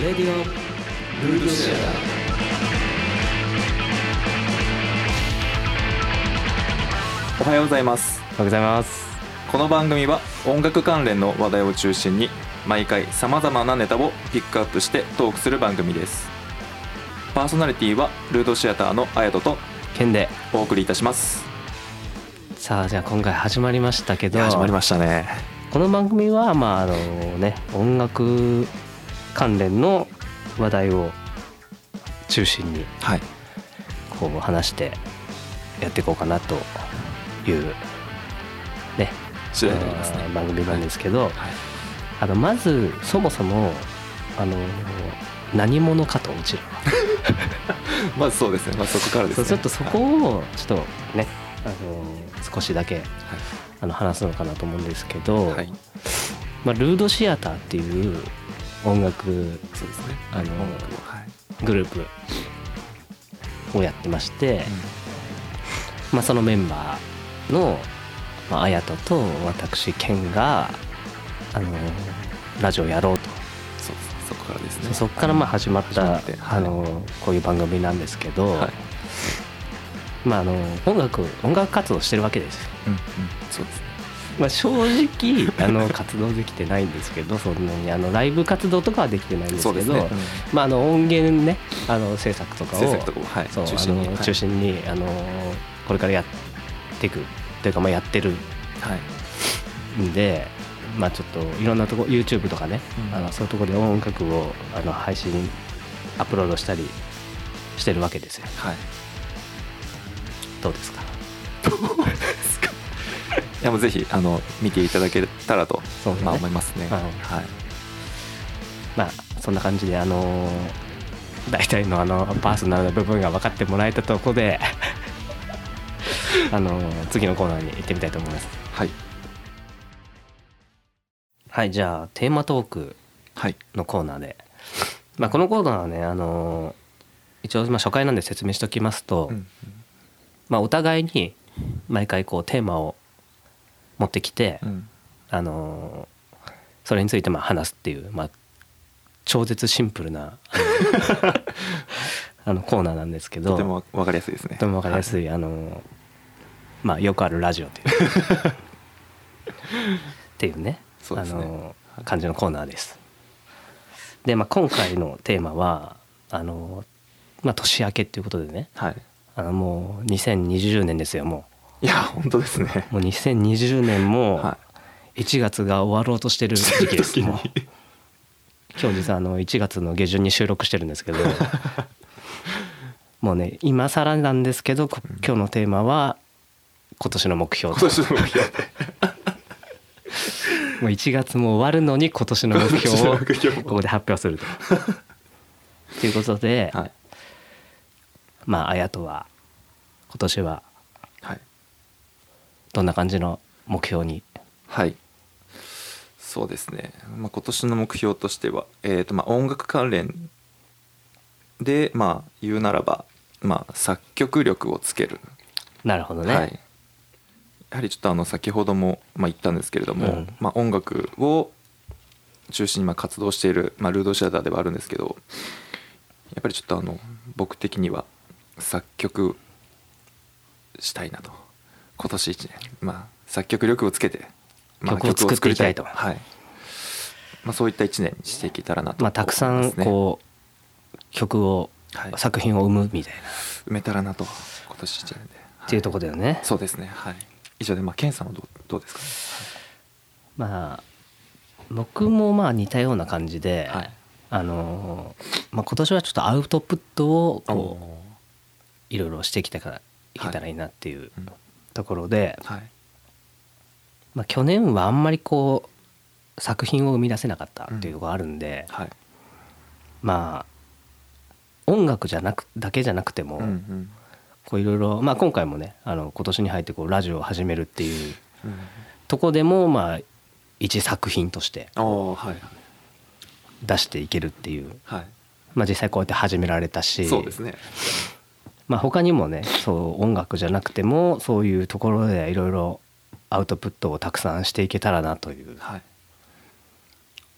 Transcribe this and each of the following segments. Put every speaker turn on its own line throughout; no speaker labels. レディオブルーシア
おはようございます
おはようございます
この番組は音楽関連の話題を中心に毎回さまざまなネタをピックアップしてトークする番組ですパーソナリティはルードシアターのあやとと
ケンで
お送りいたします
さあじゃあ今回始まりましたけ
い
ど
や始まりましたね
この番組はまああのね音楽関連の話題を中心に
はい
こう話してやっていこうかなというね
次第になりますね
あー番組なんですけど、
はい
あのまずそもそもあの何者かとうちらは
まずそうですねまずそこからで
そ
す
う
ね
ちょっとそこをちょっとねあの少しだけ、あの話すのかなと思うんですけど、
はい、はい
まあ、ルードシアターっていう音楽
そうですね
あの
音楽をはい、
グループをやってまして、まあ、そのメンバーの、まあ、綾人と私ケンがあのラジオやろうと
そうですねそこからですね
そうそこからまあ始まった、
始まってはい
あのこういう番組なんですけど、
はい
まあ、あの音楽音楽活動してるわけですよ、
うんうんそうですね
まあ、正直あの活動できてないんですけどそんなにあのライブ活動とかはできてないんで
そ
す
う
け
です
ど、
ね、
まあ、あの音源ねあの制作とかを
制作とかもはい
そう
中
中
心
心
に
にあの
はい
中心にあのこれからやっていくというか、まあ、やってる
はい
んで、まあ、ちょっといろんなとこ YouTube とかね、
うん
あのそういうとこで音楽をあの配信アップロードしたりしてるわけですよ
はい
どうですか
いやもうぜひあの見ていただけたらと、
そうね
まあ思いますね。
はい
はい。
まあそんな感じであの大体のあのパーソナルな部分が分かってもらえたところで あの次のコーナーに行ってみたいと思います
はい。
はいじゃあテーマトーク
はい。
のコーナーで、まあ、このコーナーはね、あの一応まあ初回なんで説明しておきますと、
うん
まあ、お互いに毎回こうテーマを持ってきて、
うん
あのそれについてまあ話すっていう、まあ、超絶シンプルな あのコーナーなんですけど
とてもわかりやすいですね。
とても分かりやすい、あのまあ、よくあるラジオと いうっていうね
そうです
あ
ね
の感じのコーナーです。で、まあ、今回のテーマはあの、まあ、年明けっていうことでね
はい。
あのもう2020年ですよも
いや本当ですね
う。もう2020年も
は
1月が終わろうとしてる時期です、
時に
もう今日実はあの1月の下旬に収録してるんですけどもうね今更なんですけどこ今日のテーマは今年の目標
今
と
年の目 標。
もう1月も終わるのに今年の目標
今年
を
の目標
ここで発表すると。ということで、
はい
まああやとは今年は
はい
どんな感じの目標に
はい。そうですね。まあ今年の目標としてはえっとまあ音楽関連でまあ言うならばまあ作曲力をつける。
なるほどね。
はい、やはりちょっとあの先ほどもまあ言ったんですけれども、
うん
まあ、音楽を中心にまあ活動している、まあ、ルードシアターではあるんですけどやっぱりちょっとあの僕的には作曲したいなと今年一年、まあ、作曲力をつけて、まあ、
曲を作っていきたいと
曲を作りはいまあ、そういった一年にしていけたらなと、
まあたくさんこう曲を、
はい
作品を生むみたいな
う埋めたらなと今年一年で、は
っていうところだよね。
そうですねはい以上でまあ健さんはどうどうですかね
まあ僕もまあ似たような感じで、
はい
あのーまあ、今年はちょっとアウトプットをこういろいろしてきたからいけたらいいなっていう
うん
ところで、
はい
まあ、去年はあんまりこう作品を生み出せなかったっていうのがあるんで、
はい
まあ音楽じゃなくだけじゃなくても、
うんうん
こういろいろ、まあ、今回もねあの今年に入ってこうラジオを始めるっていう
うん
とこでもまあ一作品として
ああはい
出していけるっていう、
はい
まあ、実際こうやって始められたし
そうですね
まあ、他にもねそう音楽じゃなくてもそういうところでいろいろアウトプットをたくさんしていけたらなという
はい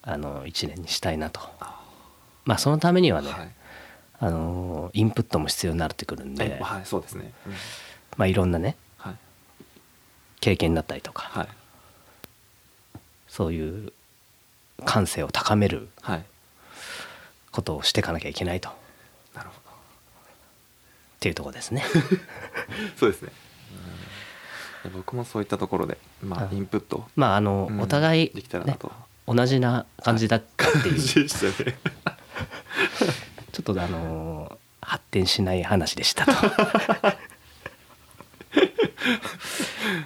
あの一年にしたいなとまあそのためにはね、
はい
あのインプットも必要になってくるんで、
えはいそうですね、うん
まあいろんなね
はい
経験だったりとか、
はい
そういう感性を高める
はい
ことをしていかなきゃいけないとっ
なるほ
ていうところです ね。
どそうですね、うんで僕もそういったところでま
う
あ
ん
インプット
まああの、
うん
お互い、
できたらな
ね
と、
同じな感じだったっていう、
感
ち
じでしたね
ょっとあのー発展しない話で したと。という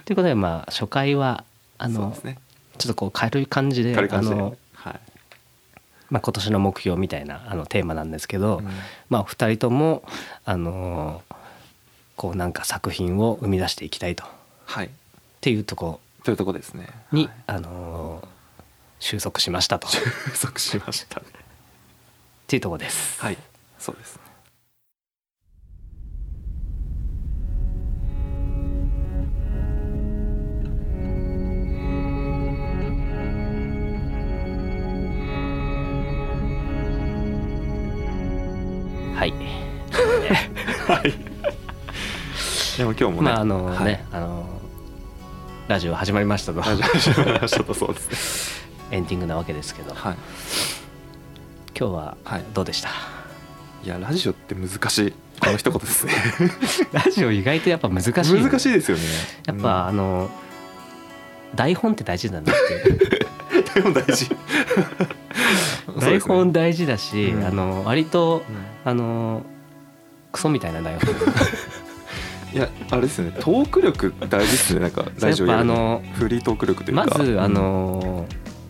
ことでまあ初回は あ
そう
の、
ですね
ちょっとこう軽い感じで
軽い感じで
あの、
はい
まあ、今年の目標みたいなあのテーマなんですけど、
うん
まあ、お二人ともあのーこうなんか作品を生み出していきたいとっ
はい
ていうとこと
いうとこですね
ろに、
はい
あのー収束しましたとっ
不足しましたね
ていうところです。
はいそうですね
はい
でも今日もね
まああのね、
はい
あのラジオ始まりましたと
ラジオ始まり ましたとそうですね
エンディングなわけですけど、
はい
今日は
はい
どうでした、
いやラジオって難しいこの一言ですね
ラジオ意外とやっぱ難しいね、
難しいですよね
やっぱ、あの台本って大事なんだっていう
うん台本大事
台
そう
本
で
大事だし、
うん
あの割と、
すね
あのクソみたいな台本
うんいやあれですねトーク力大事ですねなんかラジオ
やっぱ
や
あ
るの
の
フリートーク力というか
まずあの、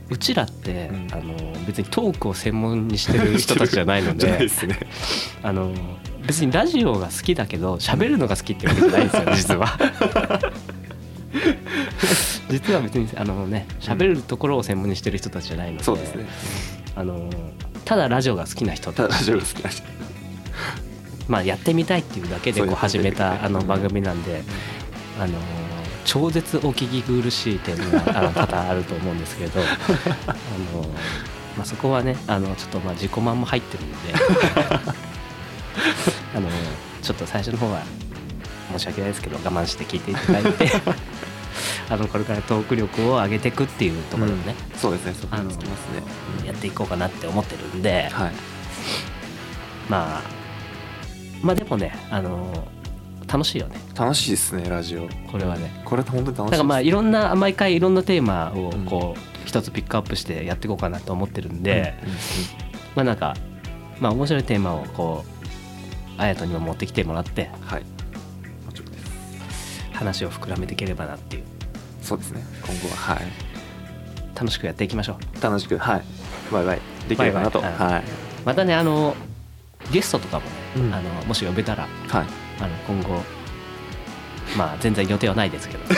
うちらって、
うん
あの別にトークを専門にしてる人たちじゃないの
じゃない
で
ですね
あの別にラジオが好きだけど喋るのが好きってわけじゃないんですよ実 は実は別にあのね喋るところを専門にしてる人たちじゃないので
そうですね
あのただラジオが好きな人た
ただラ
ち
ジオが好きな人
まあ、やってみたいっていうだけでこう
そう
始
いう
め
ことで
たあの
うん
番組なんであの超絶お聞き苦しい点 があの多々あると思うんですけどあの、まあ、そこはねあのちょっとまあ自己満も入ってる のであのちょっと最初の方は申し訳ないですけど我慢して聞いていただい てあのこれからトーク力を上げていくっていうところをね、
うんそうですねそこ
あ
に
の
つきますねうん
やっていこうかなって思ってるんで。
はい
まあまあでもねあの楽しいよね
楽しいですねラジオ
これはね
これ本当に楽しい
だからまあいろんな毎回いろんなテーマを
うん
こう一つピックアップしてやっていこうかなと思ってるんで、
うんうん
まあなんかまあ面白いテーマをこうあやとにも持ってきてもらって
うんはいもちろんです
話を膨らめていければなっていう
そうですね今後ははい
楽しくやっていきましょう
楽しくはいバイバイできればなと
バ
は
イ
い
バイまたねあのゲストとかもね、
うん
あのもし呼べたら
はい
あの今後まあ全然予定はないですけど、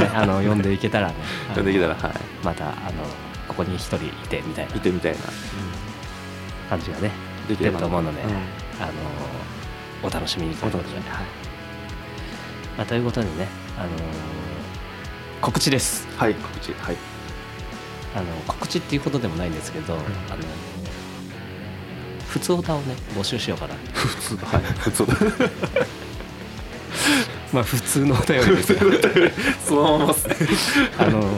ね、あの呼んでいけたらねあの
呼んできたらはい
またあのここに一人いてみたいな
見てみたいな
感じがね
でき
出
れ
る
ば
と
な
思うので、
ん
あのお楽しみにということで、
はい
まあ、ということでね、あの告知です
はい告知はい
あの告知っていうことでもないんですけど、あの普通歌をね募集しようかな
普通だはい普通だ
まあ普通のお便りですよ
そのままっすね
あのー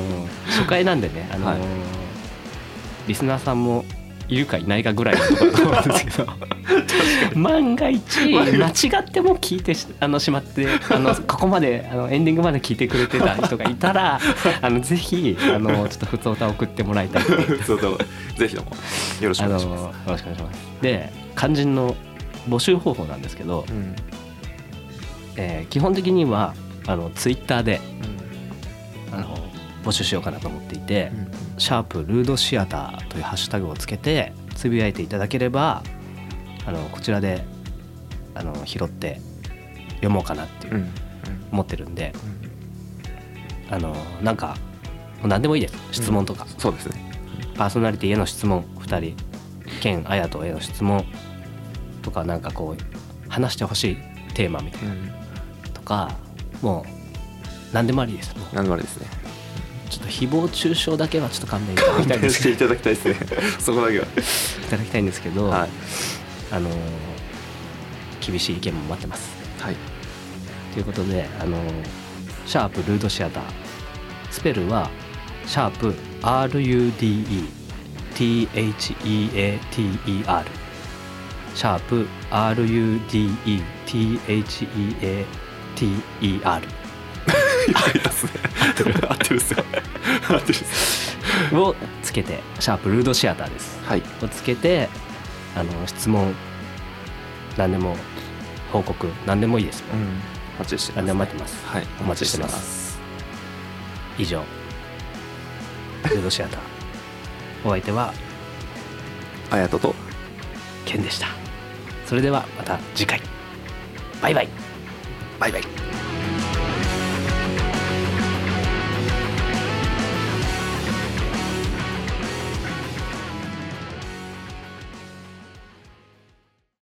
初回なんでね、あのー
はい
リスナーさんもいるかいないかぐらいのところだと思うんです けど万が一間違っても聞いてしあのしまってあのここまであのエンディングまで聞いてくれてた人がいた らあのぜひあのちょっと普通歌を送ってもらいたいと
普通だわぜひともよろしく
あ
お
の
願いし
ー
ま
よろしくお願いします。で肝心の募集方法なんですけど
す、うん
えー基本的にはあのツイッターで
うん
あの募集しようかなと思っていて。
うん
シャープルードシアターというハッシュタグをつけてつぶやいていただければあのこちらであの拾って読もうかなっていう、
うん
思ってるんで
うん
あのなんかもう何でもいいです質問とか、
そうですね
パーソナリティへの質問2人兼綾人への質問とかなんかこう話してほしいテーマみたい
うん
なとかもう何でもありですもう
何でもあれですね
ちょっと誹謗中傷だけはちょっと勘弁いただきたいん で
対応
す
し
け
て
ど
いただきたいですねそこだけは
いただきたいんですけど、
はい
あの厳しい意見も待ってます
はい
ということであのシャープルードシアタースペルはシャープ RUDETHEATER シャープ RUDETHEATER
入ったっすね 合ってるっすよ合ってるっす
をつけてシャープルードシアターです
はい
をつけてあの質問何でも報告何でもいいです
うんお待ちしてます
何でも待ってます
はい
お待ちしてます以上ルードシアターお相手は
あやとと
ケンでしたそれではまた次回バイバイ
バイバイ